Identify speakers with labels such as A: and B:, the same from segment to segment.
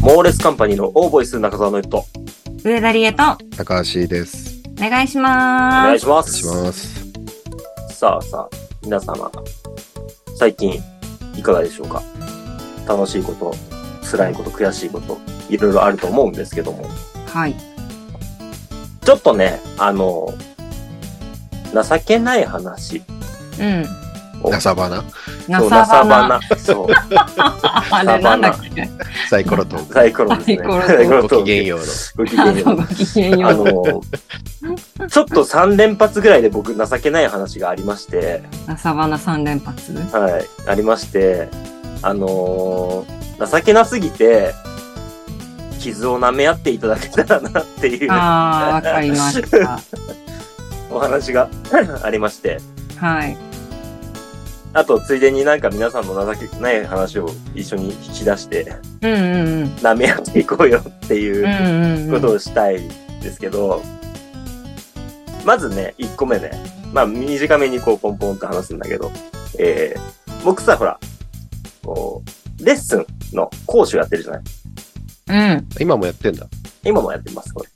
A: モーレスカンパニーのオーボイス中澤のゆと、
B: 上田理恵と
C: 高橋です。
B: お願いし
A: お願
B: ま
A: い
B: す。
A: しま
C: お願い
A: す。
C: します。
A: さあさあ、皆様、最近いかがでしょうか楽しいこと、辛いこと、悔しいこと、いろいろあると思うんですけども、
B: はい。
A: ちょっとね、あの、情けない話
B: うん。
A: を。
C: なさばな、
B: な
A: そう
B: さばな。。
A: 情そう。
B: あれなんだっけ。
C: サイコロトーク、
A: サイコロですね。
B: サイコ
C: ごきげんようの。
A: ごきげ
B: あ
A: んよ
B: の
A: う。
B: ごきげん
A: あ
B: よ
A: の、ちょっと3連発ぐらいで僕情けない話がありまして、
B: う。なさばな三連発。
A: はい、ありまして、あのー情けなすぎて、傷を舐め合っていただけたらなっていう
B: ああ、わかりました。
A: お話が ありまして、
B: はい。
A: あと、ついでになんか皆さんの情けない話を一緒に引き出して、
B: うんうんうん。
A: 舐め合っていこうよっていううん
B: うん
A: こ
B: う
A: と
B: ん。
A: をしたいですけど、まずね、1個目ね、まあ短めにこうポンポンと話すんだけど、えー、僕さ、ほら、こう、レッスンの講師をやってるじゃない
B: うん。
C: 今もやってんだ。ど
A: 今もやってます、これ。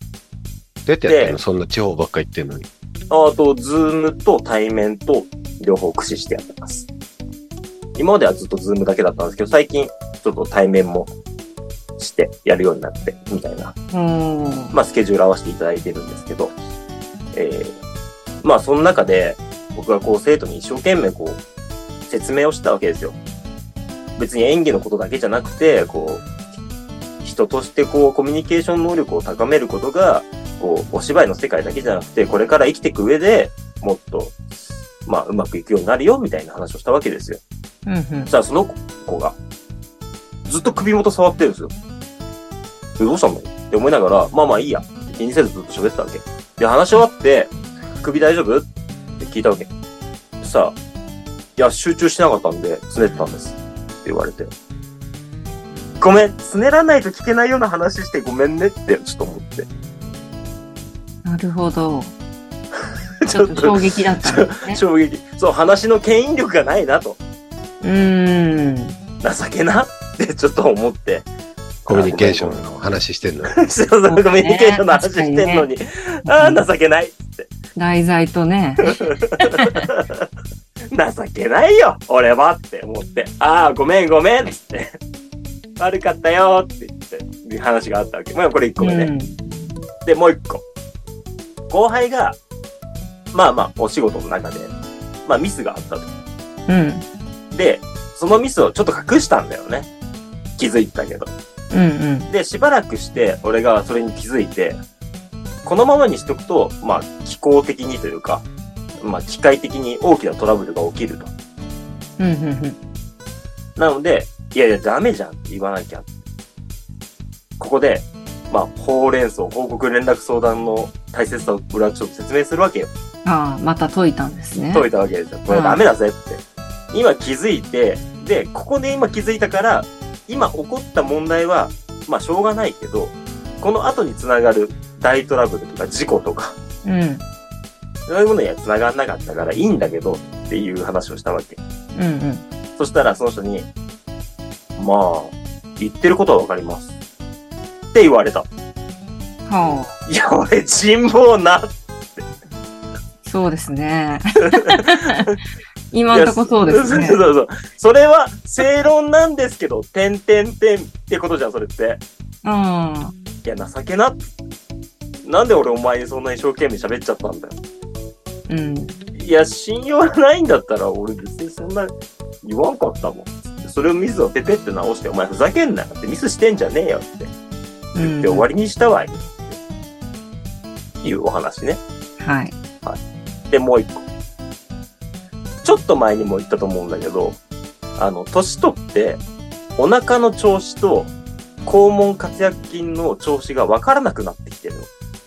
C: うやってやってん
A: で
C: のそんな地方ばっか行ってんのに。
A: あと、ズームと対面と両方駆使してやってます。今まではずっとズームだけだったんですけど、最近ちょっと対面もしてやるようになって、みたいな
B: おー
A: まあ、スケジュール合わせていただいてるんですけど、えー、まあ、その中で、僕がこう、生徒に一生懸命こう、説明をしたわけですよ。別に演技のことだけじゃなくて、こう、人としてこう、コミュニケーション能力を高めることが、こう、お芝居の世界だけじゃなくて、これから生きていく上でもっと、まあ、うまくいくようになるよ、みたいな話をしたわけですよ。
B: うんうん
A: そし。たらその子が、ずっと首元触ってるんですよ。えどうしたのって思いながら、まあまあいいや。気にせずずっと喋ってたわけ。で、話し終わって、首大丈夫って聞いたわけ。そしたら、いや、集中しなかったんで、つねてたんです。って言われて。ごめん、つねらないと聞けないような話してごめんねって、ちょっと思って。
B: なる ほど。
A: ち
B: ち
A: ょ
B: ょ
A: っ
B: っ
A: と
B: と衝撃だったんですね。
A: 衝撃。そう、話の牽引力がないなと。
B: うーん。
A: 情けなってちょっと思って。
C: コミュニケーションの話してんのに。
A: そうそう
B: そうね
A: コミュニケーションの話してんのに、ああ、情けない。
B: 題材とね。
A: 情けないよ、俺はって思って、ああ、ごめんごめんっつって、悪かったよって言って、いう話があったわけ。まあ、これ1個
B: う
A: 目ね。
B: ん。
A: で、もう1個。後輩が、まあまあ、お仕事の中で、まあ、ミスがあったと。
B: うん。
A: で、そのミスをちょっと隠したんだよね。気づいたけど。
B: うんうん。
A: で、しばらくして、俺がそれに気づいて、このままにしとくと、まあ、気候的にというか、まあ、機械的に大きなトラブルが起きると。
B: うんうんうん。
A: なので、いやいや、ダメじゃんって言わなきゃ。ここで、まあ、ほうれん草、報告連絡相談の大切さを俺はちょっと説明するわけよ。
B: ああ、また解いたんですね。
A: 解いたわけですよ。これダメだぜって。今気づいて、で、ここで今気づいたから、今起こった問題は、まあしょうがないけど、この後につながる大トラブルとか事故とか、
B: うん。
A: そういうものにはつながんなかったからいいんだけどっていう話をしたわけ。
B: うんうん。
A: そしたらその人に、まあ、言ってることはわかります。って言われた。
B: はい
A: や、俺、人望な
B: あ、そうで すね。今んとこそうですね
A: いやそ。そうそうそう。それは正論なんですけど、てんてんてんってことじゃん、それって。
B: うん。
A: いや、情けな。なんで俺お前にそんな一生懸命喋っちゃったんだよ。
B: うん。
A: いや、信用ないんだったら俺別にそんな言わんかったもん。それを水をペペって直して、お前ふざけんなよってミスしてんじゃねえよって
B: うん
A: 言って終わりにしたわい。いうお話ね。
B: はい。
A: で、もう一個。ちょっと前にも言ったと思うんだけど、あの、年取って、お腹の調子と、肛門括約筋の調子が分からなくなってきてる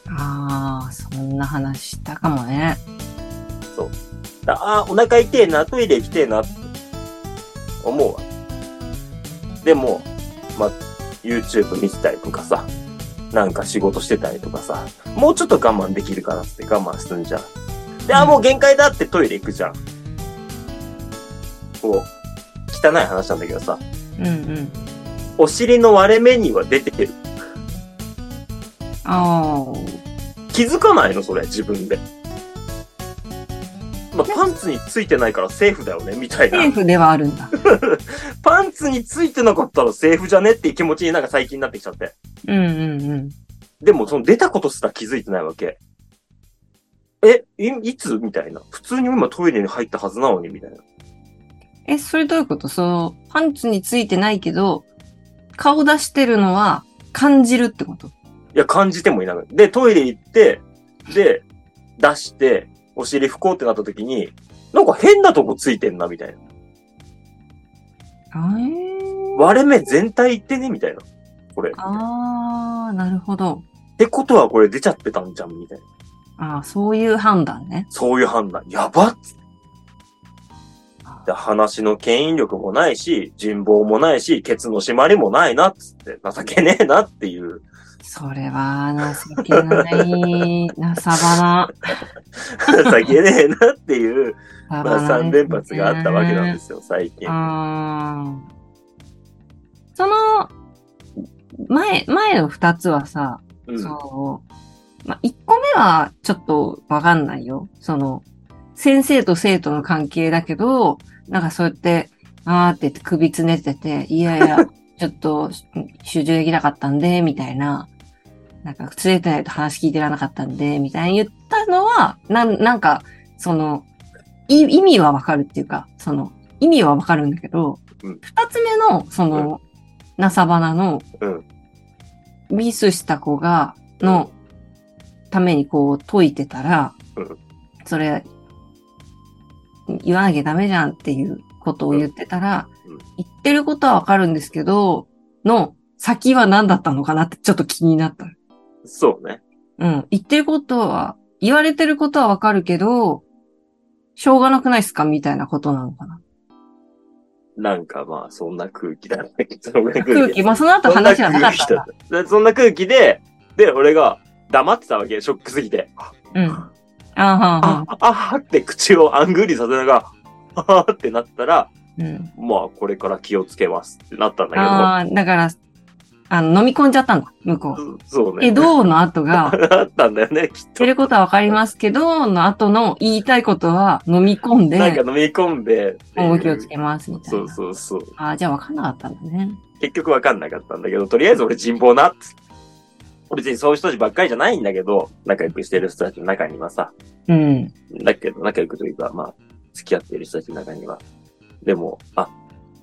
A: の。
B: ああ、そんな話したかもね。
A: だあーお腹痛えな、トイレ行きてえな、って思うわ。でも、まあ、YouTube 見てたりとかさ、なんか仕事してたりとかさ、もうちょっと我慢できるからって我慢するんじゃん。で、あー、もう限界だってトイレ行くじゃん。こう、汚い話なんだけどさ、
B: うんうん。
A: お尻の割れ目には出てる。
B: ああ。
A: 気づかないのそれ、自分で。まあ、パンツについてないからセーフだよね、みたい
B: セー
A: な。
B: フではあるんだ。
A: パンツについてなかったらセーフじゃねっていう気持ちになんか最近になってきちゃって。
B: うんうんうん。
A: でも、その出たことすら気づいてないわけ。え、いいつみたいな。普通に今トイレに入ったはずなのに、みたいな。
B: え、それどういうことその、パンツについてないけど、顔出してるのは感じるってこと
A: いや、感じてもいなくで、トイレ行って、で、出して、お尻拭こうってなった時に、なんか変なとこついてんな、みたいな。
B: あー
A: 割れ目全体行ってね、みたいな。これ。っ
B: あー、なるほど。
A: てことはこれ出ちゃってたんじゃん、みたいな。
B: ああ、そういう判断ね。
A: そういう判断。やばっつってで話の牽引力もないし、人望もないし、ケツの締まりもないな、つって、情けねえなっていう。
B: それは、情けない。なさば
A: 情けねえなっていう、
B: な。
A: まあ3連発があったわけなんですよ、最近。
B: あーその、前、前の二つはさ、
A: うん。
B: そう。まあ、1個目はちょっとわかんないよ。その、先生と生徒の関係だけど、なんかそうやって、あーって言って首つねってて、いやいや、ちょっとし集中できなかったんで、みたいな。なんか、連れてないと話聞いてられなかったんで、みたいに言ったのは、なん、なんか、その、い意味はわかるっていうか、その、意味はわかるんだけど、二、
A: うん
B: つ目の、その、なさばなの、
A: うん
B: ミスした子が、のためにこう解いてたら、
A: うん
B: それ、言わなきゃダメじゃんっていうことを言ってたら、
A: うんうん
B: 言ってることはわかるんですけど、の先は何だったのかなってちょっと気になった。
A: そうね。
B: うん。言ってることは、言われてることはわかるけど、しょうがなくないっすかみたいなことなのかな。
A: なんかまあ、そんな空気だな。そんな空気
B: 空気、まあその後話はなかった
A: そんな空気だったそんな空気で、で、俺が黙ってたわけ、ショックすぎて。
B: うん。あーはー
A: あ
B: は、
A: あはって口をあんぐりさせながら、あはってなったら、
B: ーうん。
A: まあ、これから気をつけますってなったんだ
B: ああ、だから、あの、飲み込んじゃったんだ、向こ
A: け
B: う。
A: ど、そうね。
B: え、どうの後 が、
A: あったんだよね、きっ
B: 言ってる
A: と。
B: ことはわかりますけど、の後の言いたいことは飲み込んで、
A: なんか飲み込んでっていう
B: もう気をつけますみたい
A: そう
B: な。
A: そうそう。
B: ああ、じゃあわかんなかったんだね。
A: 結局わかんなかったんだけど、とりあえず俺人望なっつって。俺別にそういう人たちばっかりじゃないんだけど、仲良くしてる人たちの中にはさ、
B: うん。
A: だけど、仲良くというか、まあ、付き合っている人たちの中には。でも、あ、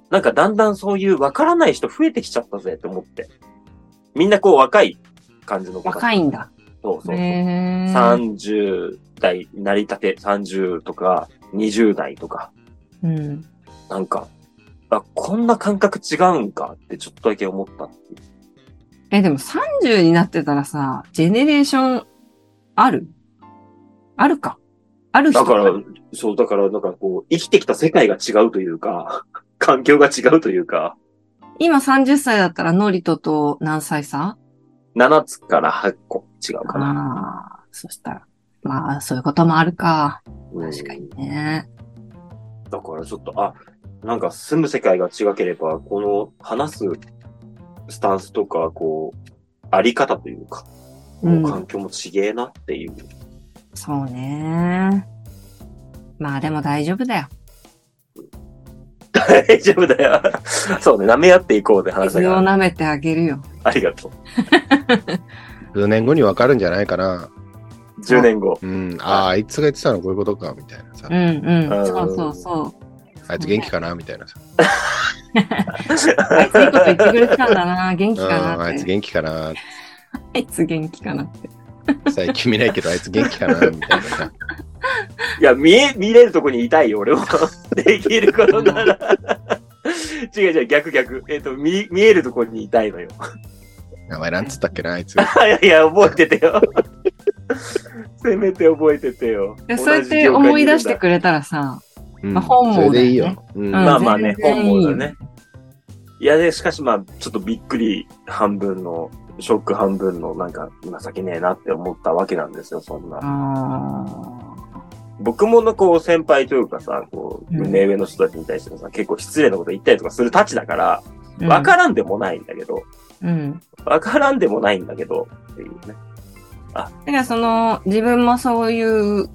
A: なんかだんだんそういう分からない人増えてきちゃったぜって思って。みんなこう若い感じの子たち
B: 若いんだ。
A: そうそうそう。
B: へー
A: 30代、なりたて30とか、20代とか、
B: うん。
A: なんか、あ、こんな感覚違うんかってちょっとだけ思ったっていう
B: え、でも30になってたらさ、ジェネレーションあるあるか。ある人
A: だから、そう、だから、なんかこう、生きてきた世界が違うというか、 環境が違うというか、
B: 今30歳だったらノリトと何歳差
A: 7つから8個違うかな。
B: ああ、そしたら。まあ、そういうこともあるか。
A: うん
B: 確かにね。
A: だからちょっと、あ、なんか住む世界が違ければ、この話すスタンスとか、こう、あり方というか、
B: う。
A: もうん環境もちげえなっていう。
B: そうね。まあでも大丈夫だよ。
A: 大丈夫だよ。そうね、舐め合っていこうって話だ
B: 水を
A: から。
B: 舐めてあげるよ。
A: ありがとう。
C: 数年後に分かるんじゃないかな。
A: 10年後。
C: うん、ああ、あいつが言ってたのこういうことか、みたいなさ
B: う。んう
A: うん
B: ん。そうそうそう。
C: あいつ元気かな、みたいなさ。
B: あいついいこと言ってくれてたん だな。元気
C: うん、
B: かな
C: あ
B: っ
C: いつ
B: て。
C: 元気かな。
B: あいつ元気かなって。
C: 最近見ないけど、あいつ元気かな、みたい なさ。
A: いや、見え、見れるとこにいたいよ、俺も。 できることなら。 違う違う、逆逆。えっ、と、見、見えるとこにいたいのよ。
C: 名前なんつったっけな、あいつ。
A: いやいや、覚えててよ。 せめて覚えててよ。
B: でそうやって思い出して
A: く
B: くれたらさ、
C: うん
B: まあ本
C: それ
B: 望だよね
C: でいいよ。うん
B: うん
A: まあまあね、
B: 全
A: 本
B: 然いい
A: 望だね。いやで、しかしまあ、ちょっとびっくり半分の、ショック半分の、なんか、情けねえなって思ったわけなんですよ、そんな。
B: あ
A: 僕もの、こう、先輩というかさ、こう、
B: うん
A: 目上の人たちに対してもさ、結構失礼なこと言ったりとかするたちだから、
B: ーうん
A: わからんでもないんだけど、
B: うん。
A: わからんでもないんだけど、っていうね。
B: だからその、自分もそういう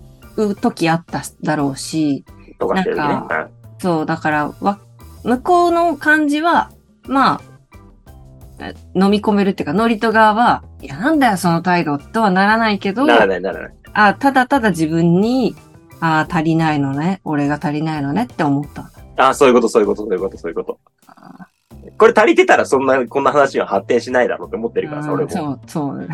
B: 時あっただろうし、
A: とかしてるね。
B: なん
A: はい
B: そう、だから、わ、向こうの感じは、まあ、え飲み込めるっていうか、ノリト側は、いや、なんだよ、その態度とはならないけど、
A: ならない、ならない。
B: あただただ自分に、あ足りないのね、俺が足りないのねって思った。
A: あ、そういうこと、そういうこと、そういうこと、そういうこと。これ足りてたらそんな、こんな話は発展しないだろうって思ってるからさ、俺
B: うん
A: も。。
B: そう、そう、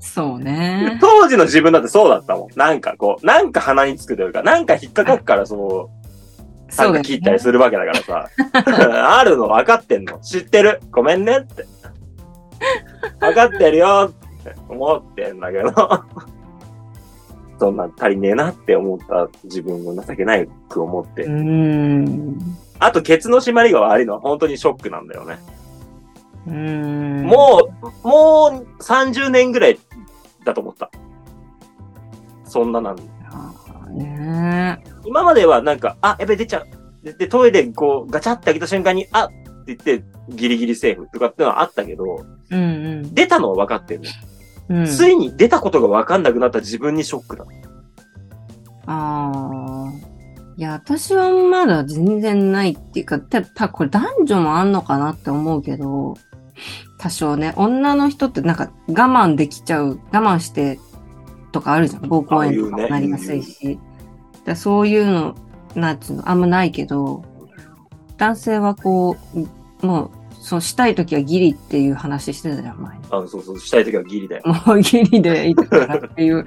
B: そうね
A: 当時の自分だってそうだったもん。なんかこう、なんか鼻につくというか、なんか引っかかるからそう、
B: そ
A: なん
B: う
A: か
B: だ
A: 切ったり
B: ね。
A: するわけだからさ。あ るの分かってんの。知ってる。ごめんねって。分かってるよって思ってんだけど。 そんなん足りねえなって思った自分を情けないく思って
B: う。ーん。
A: あと、ケツの締まりが悪いのは本当にショックなんだよね。
B: うーん。
A: もう、もう30年ぐらいだと思った。そんななん
B: あーね
A: 今まではなんか、あ、やべ、出ちゃう。で、でトイレこう、ガチャって開けた瞬間に、あって言って、ギリギリセーフとかってのはあったけど、
B: うん
A: 出たのは分かってる、
B: うん。うん。
A: ついに出たことが分かんなくなった自分にショックだ。
B: ああ。いや、私はまだ全然ないっていうか、たたこれ男女もあんのかなって思うけど、多少ね、女の人ってなんか我慢できちゃう、我慢してとかあるじゃん。膀胱炎とかもなりやすいし。だからそういうの、なんつうの、あんまないけど、男性はこう、もう、そうしたいときはギリっていう話してたじゃん、前に。
A: あの、そうそう、したい時はギリだよ。
B: もうギリでいいからっていう、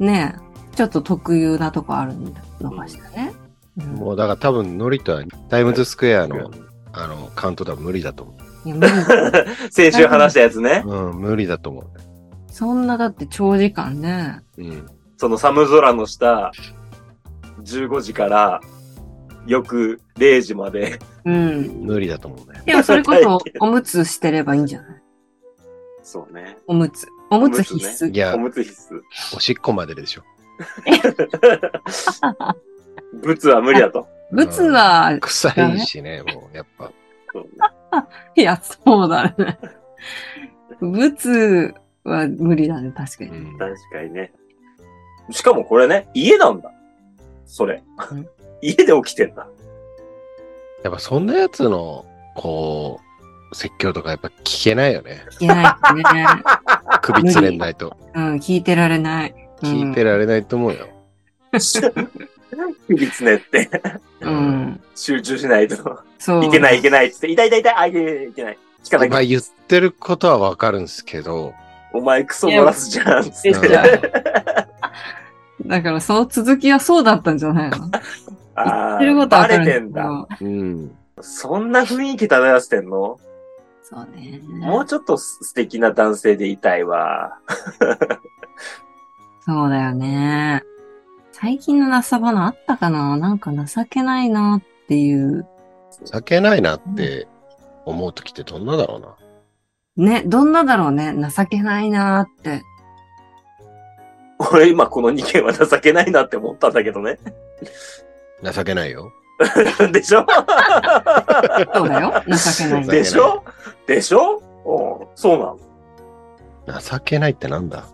B: ねえ、ちょっと特有なとこあるのかしらね。うん
C: もうだから多分ノリとはタイムズスクエアのあのカウントダウン無理だと思
B: いや無理
A: 先週話したやつね。
C: う。うん、無理だと思
B: そんなだって長時間ね、
C: う。うん。
A: その寒空の下、15時から、翌0時まで。
B: うん。
C: 無理だと思うね。
B: でもそれこそおむつしてればいいんじゃない
A: そうね。
B: おむつ。おむつ必須。
C: いや
A: お、むつ必須。
C: おしっこまででしょ。
A: ブツは無理だ と。
B: ブツは、
C: 臭いしね、もうやっぱ。
A: そうね
B: いや、そうだね。ブツは無理だね、確か
C: う
B: に。
C: ん
A: 確かにね。しかもこれね、家なんだ。それ
B: うん。
A: 家で起きてんだ。
C: やっぱそんなやつの、こう、説教とかやっぱ聞けないよね。
B: 聞けないね。
C: 首つれないと。
B: うん、聞いてられない。うん
C: 聞いてられないと思うよ。
A: 首つねって、
B: う
C: うん
B: ん。
A: 集中しないと。
B: そう。
A: いけないいけないっつって、痛い痛い痛い、あ、いけないいけない。聞かな
C: まあ
A: きゃ。
C: 言ってることはわかるんですけど、
A: お前クソ漏らすじゃんっつ
B: で
A: っ
B: き
A: て
B: ち。ゃうだからその続きはそうだったんじゃないの言
A: あ
B: ってる
A: ー
B: こと
A: バ
B: はわかる
A: レて
B: んだけ
A: んだ。
B: ど。
C: うん。
A: そんな雰囲気漂わせてんの
B: そうね。
A: もうちょっと素敵な男性でいたいわ。
B: そうだよね。最近の情けなあったかななんか情けないなっていう。
C: 避けないなって思うときってどんなだろうな。
B: ね、どんなだろうね情けないなって。
A: 俺今この2件は情けないなって思ったんだけどね。
C: 情けないよ。
A: でしょ
B: そうだよ。 情けないな。
A: でしょでしょうん、そうなの。
C: 情けないってなんだ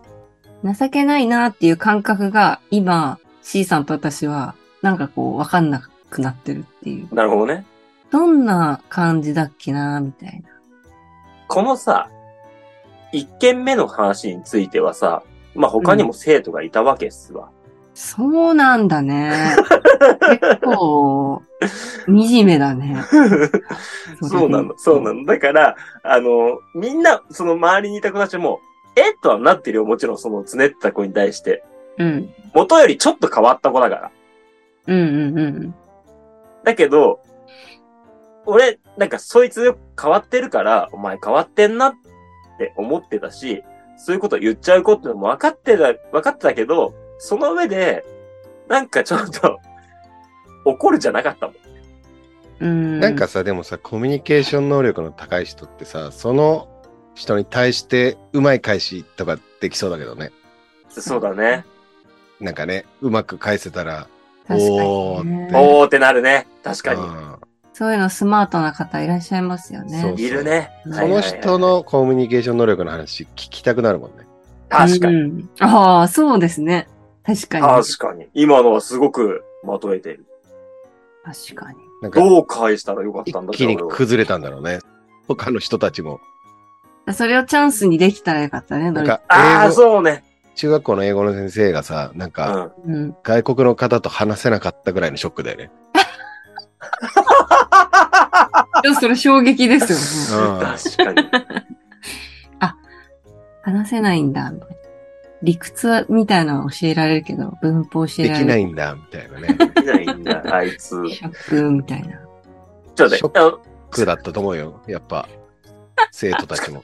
B: 情けないなっていう感覚が今、C さんと私は、なんかこう、わかんなくなってるっていう。
A: なるほどね。
B: どんな感じだっけなみたいな。
A: このさ、一件目の話についてはさ、まあ他にも生徒がいたわけっすわ。
B: そうなんだね。結構、惨めだね。
A: そうなの、そうな
B: の。
A: の。だから、あの、みんな、その周りにいた子たちも、えっとはなってるよ。もちろんそのつねった子に対して。
B: うん。
A: 元よりちょっと変わった子だから。
B: うんうんうん。
A: だけど、俺、なんかそいつ変わってるから、お前変わってんなって思ってたし、そういうこと言っちゃう子ってのも分かってた、分かってたけど、その上で、なんかちょっと、怒るじゃなかったもん。
B: うん。
C: なんか、さ、でもさ、コミュニケーション能力の高い人ってさ、その人に対してうまい返しとかできそうだけどね。
A: そうだね。
C: なんかね、うまく返せたら、
B: 確かに、
C: おーっ
B: ね
C: て。
A: おーってなるね。確かに。
C: うん
B: そういうのスマートな方いらっしゃいますよね。
C: そう
A: いるね。
B: そう
A: は
C: そ
A: いは
C: の
A: いはい
C: 人。のコミュニケーション能力の話聞きたくなるもんね。
A: 確かに。
B: に。ああ、そうですね。確かに。
A: 確かに。今のはすごくまとえてる。
B: 確かに。
C: なんか
A: どう返したらよかったん
C: 一
A: だ
C: 気に
A: 俺は
C: 崩れたんだろうね。他の人たちも。
B: それをチャンスにできたらよかったね、
C: なん
B: どれ
C: か
A: あ
C: 英
A: あ、
C: 語、
A: そうね。
C: 中学校の英語の先生がさ、なん
A: う
C: か
A: ん。
B: うん。
C: 外国の方と話せなかったぐらいのショックだよね。
B: でもそれ衝撃 ですよ、ね。
C: うん
A: 確かに。
B: 話せないんだ。みたいな理屈みたいなのは教えられるけど、文法教え
C: で
B: られ
C: きな
B: ない。
C: いんだ、みたいな ね。
A: できないんだ、あいつ。
B: ショックみたい
A: ち
B: な。
A: ょっとね
C: ショッ
A: あの
C: 苦だったと思うよ。やっ ぱ、生徒たちも。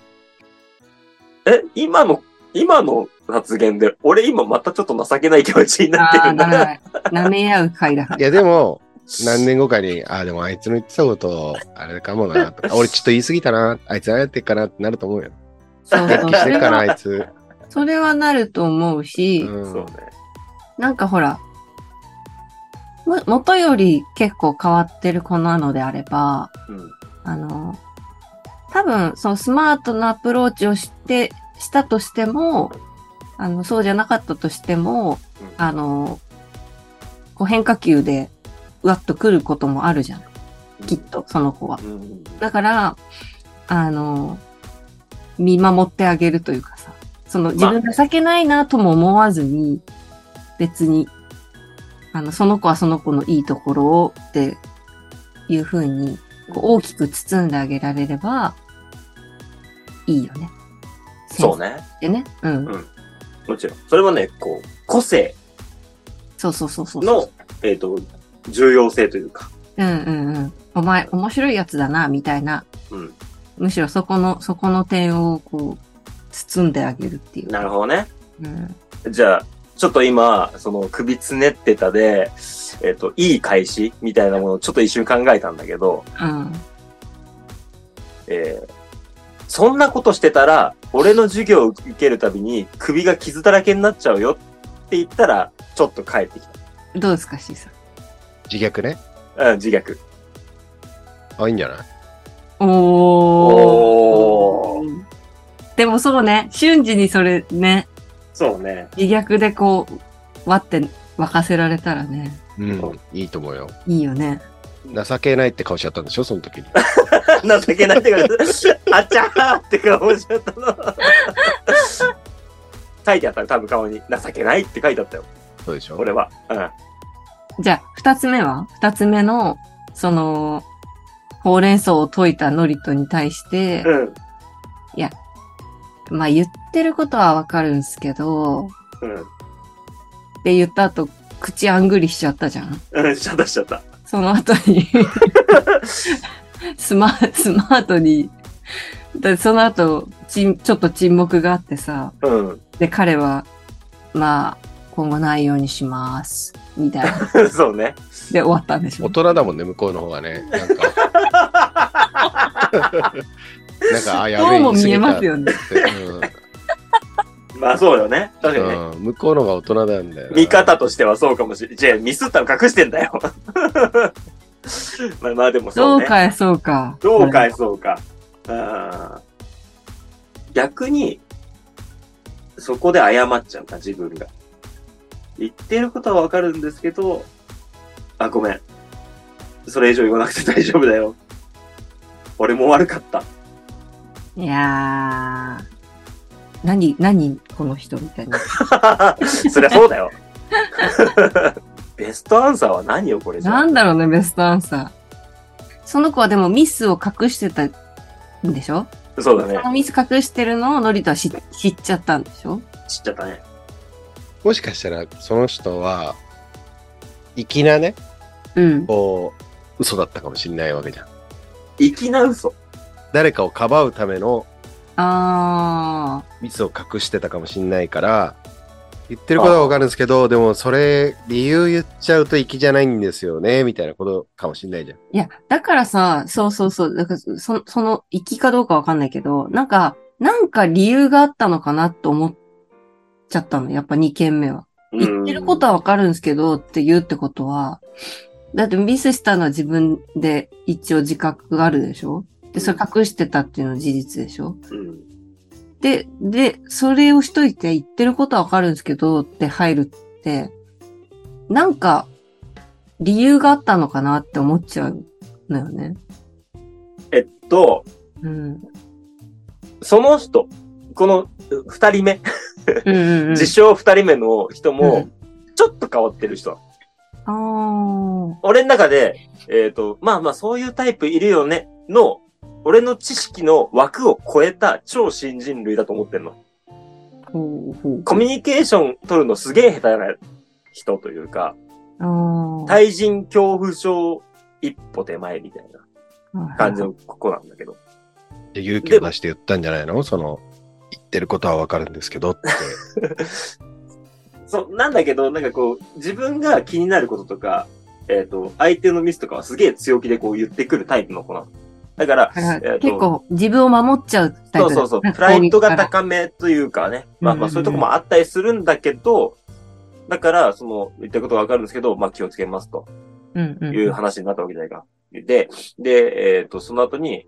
A: え、今の、今の発言で、俺今またちょっと情けない気持ちになって
B: あ
A: る
B: あ、
A: ん
B: な
A: だ。
B: らない。舐め合う回だから。
C: いや、でも、何年後かに、ああ、でもあいつの言ってたこと、あれかもな、とか、俺ちょっと言い過ぎたな、あいつああやってっかなってなると思うよ。
B: そう
C: 逆
B: そ
C: 気
B: う。
C: し
B: そ
C: て
B: れ
C: っかな、あ
B: は、
C: いつ。
B: それはなると思うし、
C: う
A: そ
C: ん
A: うね。
B: なんかほら、も元より結構変わってる子なのであれば、
A: うん。
B: あの、多分、そのスマートなアプローチをして、したとしても、あの、そうじゃなかったとしても、
A: うん
B: あの、こう変化球で、うわっと来ることもあるじゃん。きっと、その子は
A: う。ん。
B: だから、あの、見守ってあげるというかさ、その自
A: まあ
B: 分情けないなとも思わずに、別に、あの、その子はその子のいいところをっていうふうに、こう大きく包んであげられれば、いいよね。
A: そうね。
B: 先生ってね。うん。
A: うんもちろん。それはね、こう、個性
B: そうそうそうそう。
A: の、えっ、と、重要性というか。
B: うんうんうん。お前、面白いやつだな、みたいな。
A: うん。
B: むしろそこの、そこの点を、こう、包んであげるっていう。
A: なるほどね。
B: うん。
A: じゃあ、ちょっと今、その首つねってたで、えっ、と、いい返しみたいなものをちょっと一瞬考えたんだけど、
B: うん。
A: えーそんなことしてたら、俺の授業を受けるたびに首が傷だらけになっちゃうよって言ったら、ちょっと帰ってき
B: どうですか、C さん。
C: 自虐ね。
A: た。うん、自虐。
C: あ、いいんじゃない
B: お
A: お
B: ー。でもそうね、瞬時にそれね、
A: そうね。
B: 自虐でこう、割って沸かせられたらね、
C: うん。いいと思うよ。
B: いいよね。
C: 情けないって顔しちゃったんでしょ、その時に。
A: 情けないって感じ。あちゃーって顔しちゃったの。書いてあったら多分顔に情けないって書いてあったよ。
C: そうでしょ。
A: 俺は。うん。
B: じゃあ、二つ目は二つ目の、その、ほうれん草を溶いたノリトに対して、
A: うん。
B: まあ言ってることはわかるんすけど、
A: うん。
B: って言った後、口あんぐりしちゃったじゃん。
A: うん、しちゃったしちゃった。
B: その後に スマ、スマートに、でその後、ちんちょっと沈黙があってさ、
A: うん。
B: で、彼は、まあ、今後ないようにします。みた いな。
A: そうね。
B: で、終わったんでし
C: 大
B: ょ。
C: 人だもんね、向こうの方がね。なん か、なんかあ、やべ
B: そ
C: え、
B: うも見えます
C: 言い
B: よね。
C: 過ぎたってうん
A: まあそうよね。確かにね。
C: うん向こうの方が大人なんだよな。
A: 見方としてはそうかもしれない。じゃあミスったの隠してんだよ。 まあまあでもそ
B: そうう
A: ね。
B: かい、そうか。
A: どう返そうか。うん逆に、そこで謝っちゃうな、自分が。言ってることはわかるんですけど、あ、ごめん。それ以上言わなくて大丈夫だよ。俺も悪かった。
B: いやー。何、何、この人みたいな。
A: そりゃそうだ よ。ベストアンサーは何よ、これじゃあ
B: なんだろうね、ベストアンサー。その子はでもミスを隠してたんでしょ
A: そうだね
B: そ。のミス隠してるのをノリとは知知っちゃったんでしょ
A: 知っちゃったね。
C: もしかしたら、その人は、粋なね、
B: うん。
C: こう、嘘だったかもしれないわけじゃん。
A: 粋な嘘。
C: 誰かをかばうための
B: あ
C: ミスを隠してたかもしれないから、言ってることはわかるんですけど、でもそれ、理由言っちゃうと粋じゃないんですよね、みたいなことかもしれないじゃん。
B: ー。いや、だからさ、そうそうそう、だからそその、行きかどうかわかんないけど、なんか、なんか理由があったのかなと思っちゃったの、やっぱ2件目は。言ってることはわかるんですけどって言うってことは、だってミスしたのは自分で一応自覚があるでしょで、それ隠してたっていうのは事実でしょ
A: うん。
B: で、で、それをしといて言ってることはわかるんですけどって入るって、なんか理由があったのかなって思っちゃうのよね。
A: えっと、
B: うん。
A: その人、このう二人目、
B: うんうんうん。
A: 自称二人目の人も、ちょっと変わってる人なの。
B: あー
A: 俺の中で、えっ、と、まあまあそういうタイプいるよね、の、俺の知識の枠を超えた超新人類だと思ってんの。
B: ほうほう
A: コミュニケーション取るのすげえ下手な人というか、
B: あー
A: 対人恐怖症一歩手前みたいな感じの子なんだけど。
C: で勇気を出して言ったんじゃないのその、言ってることはわかるんですけど って。
A: そう、なんだけど、なんかこう、自分が気になることとか、えっ、と、相手のミスとかはすげえ強気でこう言ってくるタイプの子なの。だから、
B: だから
A: えっと
B: 結構自分を守っちゃうタイ
A: そう
B: プだ
A: そうそう、プライドが。
B: なんか
A: 高めというかね、まあまあ
B: うん
A: そういうとこもあったりするんだけど、だから、その、言ったことがわかるんですけど、まあ気をつけますと
B: うんうん。
A: いう話になったわけじゃないか。で、で、えっ、と、その後に、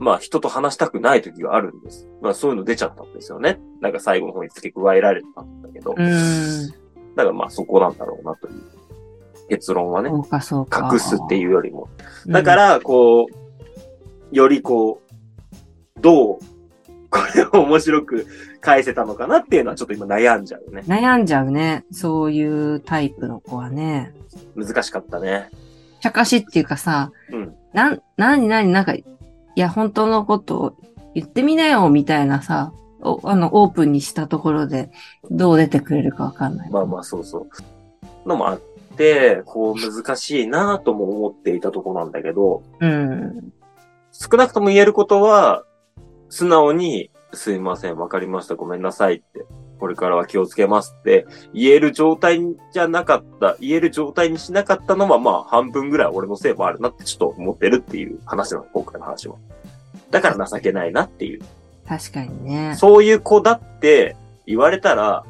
A: まあ人と話したくない時があるんです。まあそういうの出ちゃったんですよね。なんか最後の方に付け加えられたんだけど。
B: うん。
A: だからまあそこなんだろうなという結論はね
B: そ、うかそうか。
A: 隠すっていうよりも。
B: うん。
A: だから、こう、よりこう、どう、これを面白く返せたのかなっていうのはちょっと今悩んじゃうよね。
B: 悩んじゃうね。そういうタイプの子はね。
A: 難しかったね。
B: 茶化しっていうかさ、
A: うん。
B: なん、なになになんか、いや、本当のことを言ってみなよ、みたいなさ、おあの、オープンにしたところで、どう出てくれるかわかんない。
A: まあまあそうそう。のもあって、こう難しいなとも思っていたとこなんだけど、
B: うん。
A: 少なくとも言えることは、素直に、すいません、わかりました、ごめんなさいって、これからは気をつけますって、言える状態じゃなかった、言える状態にしなかったのは、まあ、半分ぐらい俺のせいもあるなってちょっと思ってるっていう話なの、今回の話は。だから情けないなっていう。
B: 確かにね。
A: そういう子だって言われたら、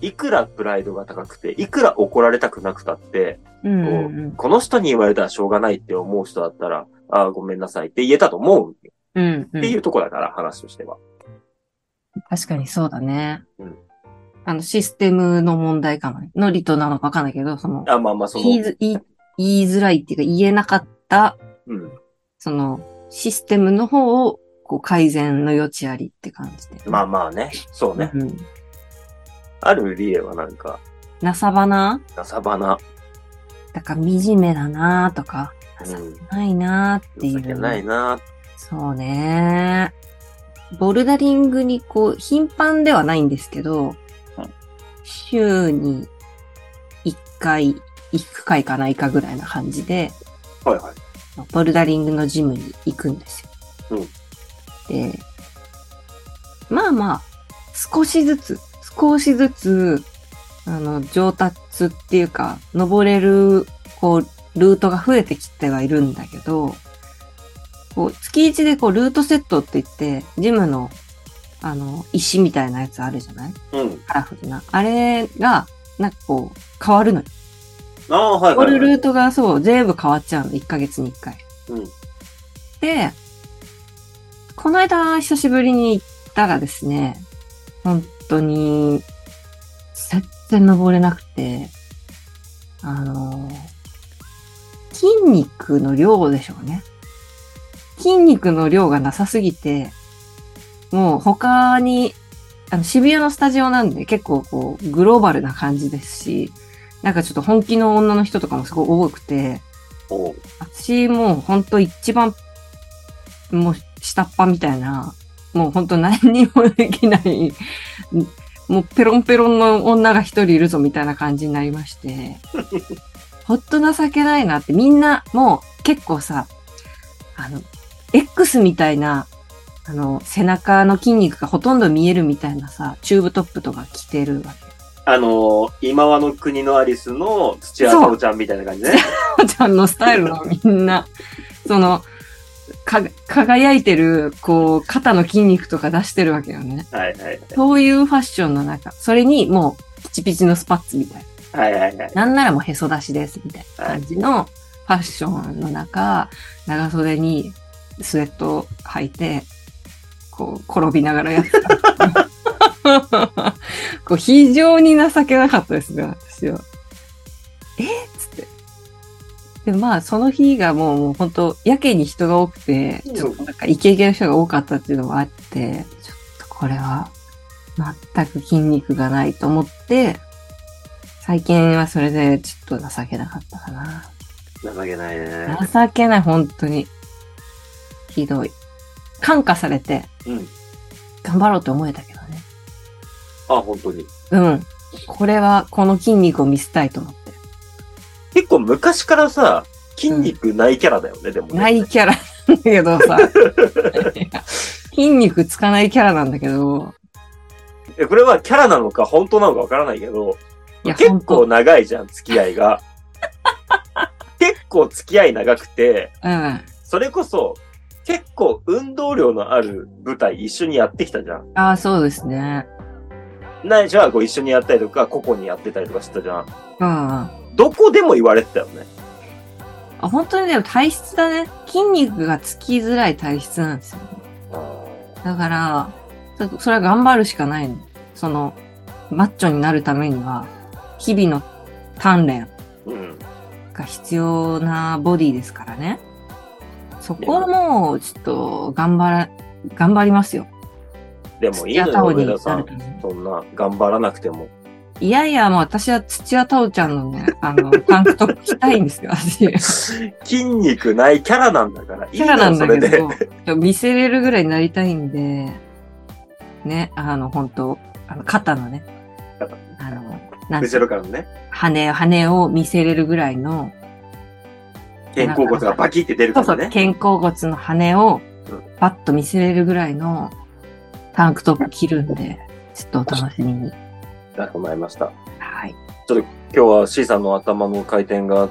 A: いくらプライドが高くて、いくら怒られたくなくたって、
B: うんうんうん。
A: この人に言われたらしょうがないって思う人だったら、ああ、ごめんなさいって言えたと思う。
B: うん、う
A: ってい
B: ん。
A: うとこだから、話としては。
B: 確かにそうだね。
A: うん
B: あの、システムの問題かもね。ノリとなのかわかんないけど、その、
A: あ、まあまあ、そ
B: 言い
A: の、
B: ず言い言いづらいっていうか、言えなかった、
A: うん。
B: その、システムの方を、こう、改善の余地ありって感じで。
A: まあまあね、そうね。
B: うん。
A: ある理恵はなんか、
B: なさばな
A: なさばな、
B: だから惨めだなとか、
A: うん、
B: ないなってい
A: 情け
B: う。
A: ないな、
B: そうね。ボルダリングにこう、頻繁ではないんですけど、週に1回行くか行かないかぐらいな感じで、
A: はいはい。
B: ボルダリングのジムに行くんですよ。で、まあまあ、少しずつ、少しずつ、あの、上達っていうか、登れる、こう、ルートが増えてきてはいるんだけど、こう、月一でこう、ルートセットって言って、ジムの、あの、石みたいなやつあるじゃない
A: うん。
B: カラフルな。あれが、なんかこう、変わるのよ。
A: ああ、はい
B: こ
A: はい、
B: れル
A: はい。
B: ートがそう、全部変わっちゃうの。1ヶ月に1回。
A: うん。
B: で、この間久しぶりに行ったらですね、本当に、全然登れなくて、あの、筋肉の量でしょうね。筋肉の量がなさすぎて、もう他に、あの渋谷のスタジオなんで結構こうグローバルな感じですし、なんかちょっと本気の女の人とかもすごい多くて、
A: おう
B: 私もうほんと一番、もう下っ端みたいな、もうほんと何にもできない、もうペロンペロンの女が一人いるぞみたいな感じになりまして、ほっと情けないなってみんなもう結構さ、あの、X みたいな、あの、背中の筋肉がほとんど見えるみたいなさ、チューブトップとか着てるわけ。
A: あのー、今和の国のアリスの土屋太鳳ちゃんみたいな感じね。
B: おばちゃんのスタイルのみんな、その、か、輝いてる、こう、肩の筋肉とか出してるわけよね。
A: はいはいはい。
B: そういうファッションの中、それにもう、ピチピチのスパッツみたい
A: はいはいはい。
B: な。なんならもうへそ出しですみたいな感じのファッションの中、長袖にスウェットを履いて、こう、転びながらやってた。 こう非常に情けなかったですね、私は。えっつって。で、まあ、その日がもう、もう本当やけに人が多くて、ちょっとなんかイケイケの人が多かったっていうのもあって、ちょっとこれは、全く筋肉がないと思って、最近はそれでちょっと情けなかったかな。
A: 情けないね。
B: 情けない、本当に。ひどい。感化されて、
A: うん。
B: 頑張ろうと思えたけどね。
A: あ、本当に。
B: うん。これは、この筋肉を見せたいと思って。
A: 結構昔からさ、筋肉ないキャラだよね、でもね。
B: ないキャラなんだけどさ。筋肉つかないキャラなんだけど。
A: えこれはキャラなのか本当なのかわからないけど、
B: いや、
A: 結
B: 本
A: 構
B: 当
A: 長いじゃん、付き合いが。 結構付き合い長くて、
B: うん。
A: それこそ、結構運動量のある舞台一緒にやってきたじゃん。
B: ああ、そうですね。
A: ないじゃあこう一緒にやったりとか、個々にやってたりとかしてたじゃん。
B: うん。あ、
A: どこでも言われてたよね。
B: 本当にでも体質だね。筋肉がつきづらい体質なんですよ。だから、ちょっとそれは頑張るしかないの。その、マッチョになるためには、日々の鍛錬
A: うん。
B: が必要なボディですからね。そこはもう、ちょっと、頑張ら、頑張りますよ。
A: でもいいのよ、上田さ
B: なる
A: ん。
B: ために。
A: そんな、頑張らなくても。
B: いやいや、もう私は土屋太鳳ちゃんのね、あの、タンクトップ着たい んですよ、私。
A: 筋肉ないキャラなんだから、いい
B: キャ
A: のよ、
B: ラなん
A: そ
B: だ
A: れ
B: け
A: で。
B: ど、見せれるぐらいになりたいんで、ね、あの、本当あの、肩のね、
A: 肩
B: あの、なんて
A: 後ろからのね、
B: 羽、羽を見せれるぐらいの、
A: 肩甲骨がバキって出る
B: そ
A: か
B: うそ
A: ら
B: う、
A: ね。
B: 肩甲骨の羽を
A: うん
B: パッと見せれるぐらいのタンクトップ着るんで、ちょっとお楽しみに。
A: かしこまりました。
B: はい。
A: 今日は C さんの頭の回転が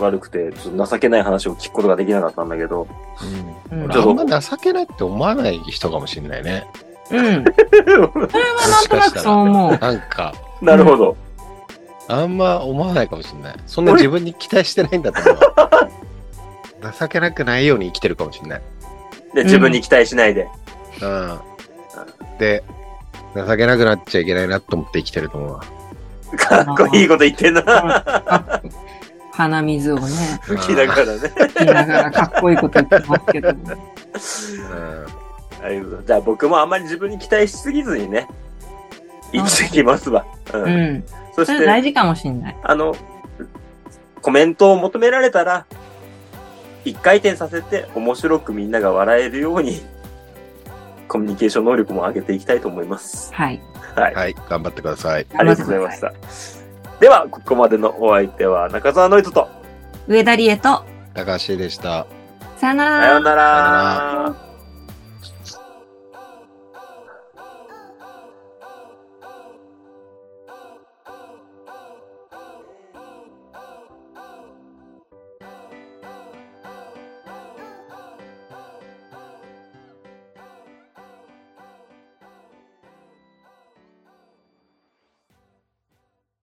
A: 悪くて、ちょっと情けない話を聞くことができなかったんだけど、
C: うん
B: うん
C: 俺あんま情けないって思わない人かもしれないね。
B: うん。それは
C: も
B: なん
C: し
B: と
C: か
B: な
C: した
B: く
C: ら
B: そう思う。
C: なんか、
A: なるほど。
C: あんま思わないかもしれない。そんな自分に期待してないんだと思う。情けなくないように生きてるかもしれない。
A: で、自分に期待しないで。
C: うん。で、情けなくなっちゃいけないなと思って生きてると思うわ。
A: かっこいいこと言ってんな。
B: あ鼻水をね、
A: 吹きながらね。
B: 吹きながらかっこいいこと言ってますけど、
C: うん
A: ありがとうございますじゃあ僕もあんまり自分に期待しすぎずにね、生きてきますわ。うん。
B: うん。
A: そし
B: それ大
A: て、
B: 事かもしれない。
A: あの、コメントを求められたら、一回転させて面白くみんなが笑えるように、コミュニケーション能力も上げていきたいと思います。
B: はい。
A: はい。
C: はい、頑張ってください。
A: ありがとうございました。では、ここまでのお相手は中澤ノイトと、
B: 上田理恵と、
C: 高橋でした。
B: さよな
A: さよ
B: ら
A: う。な
C: さような
A: ら。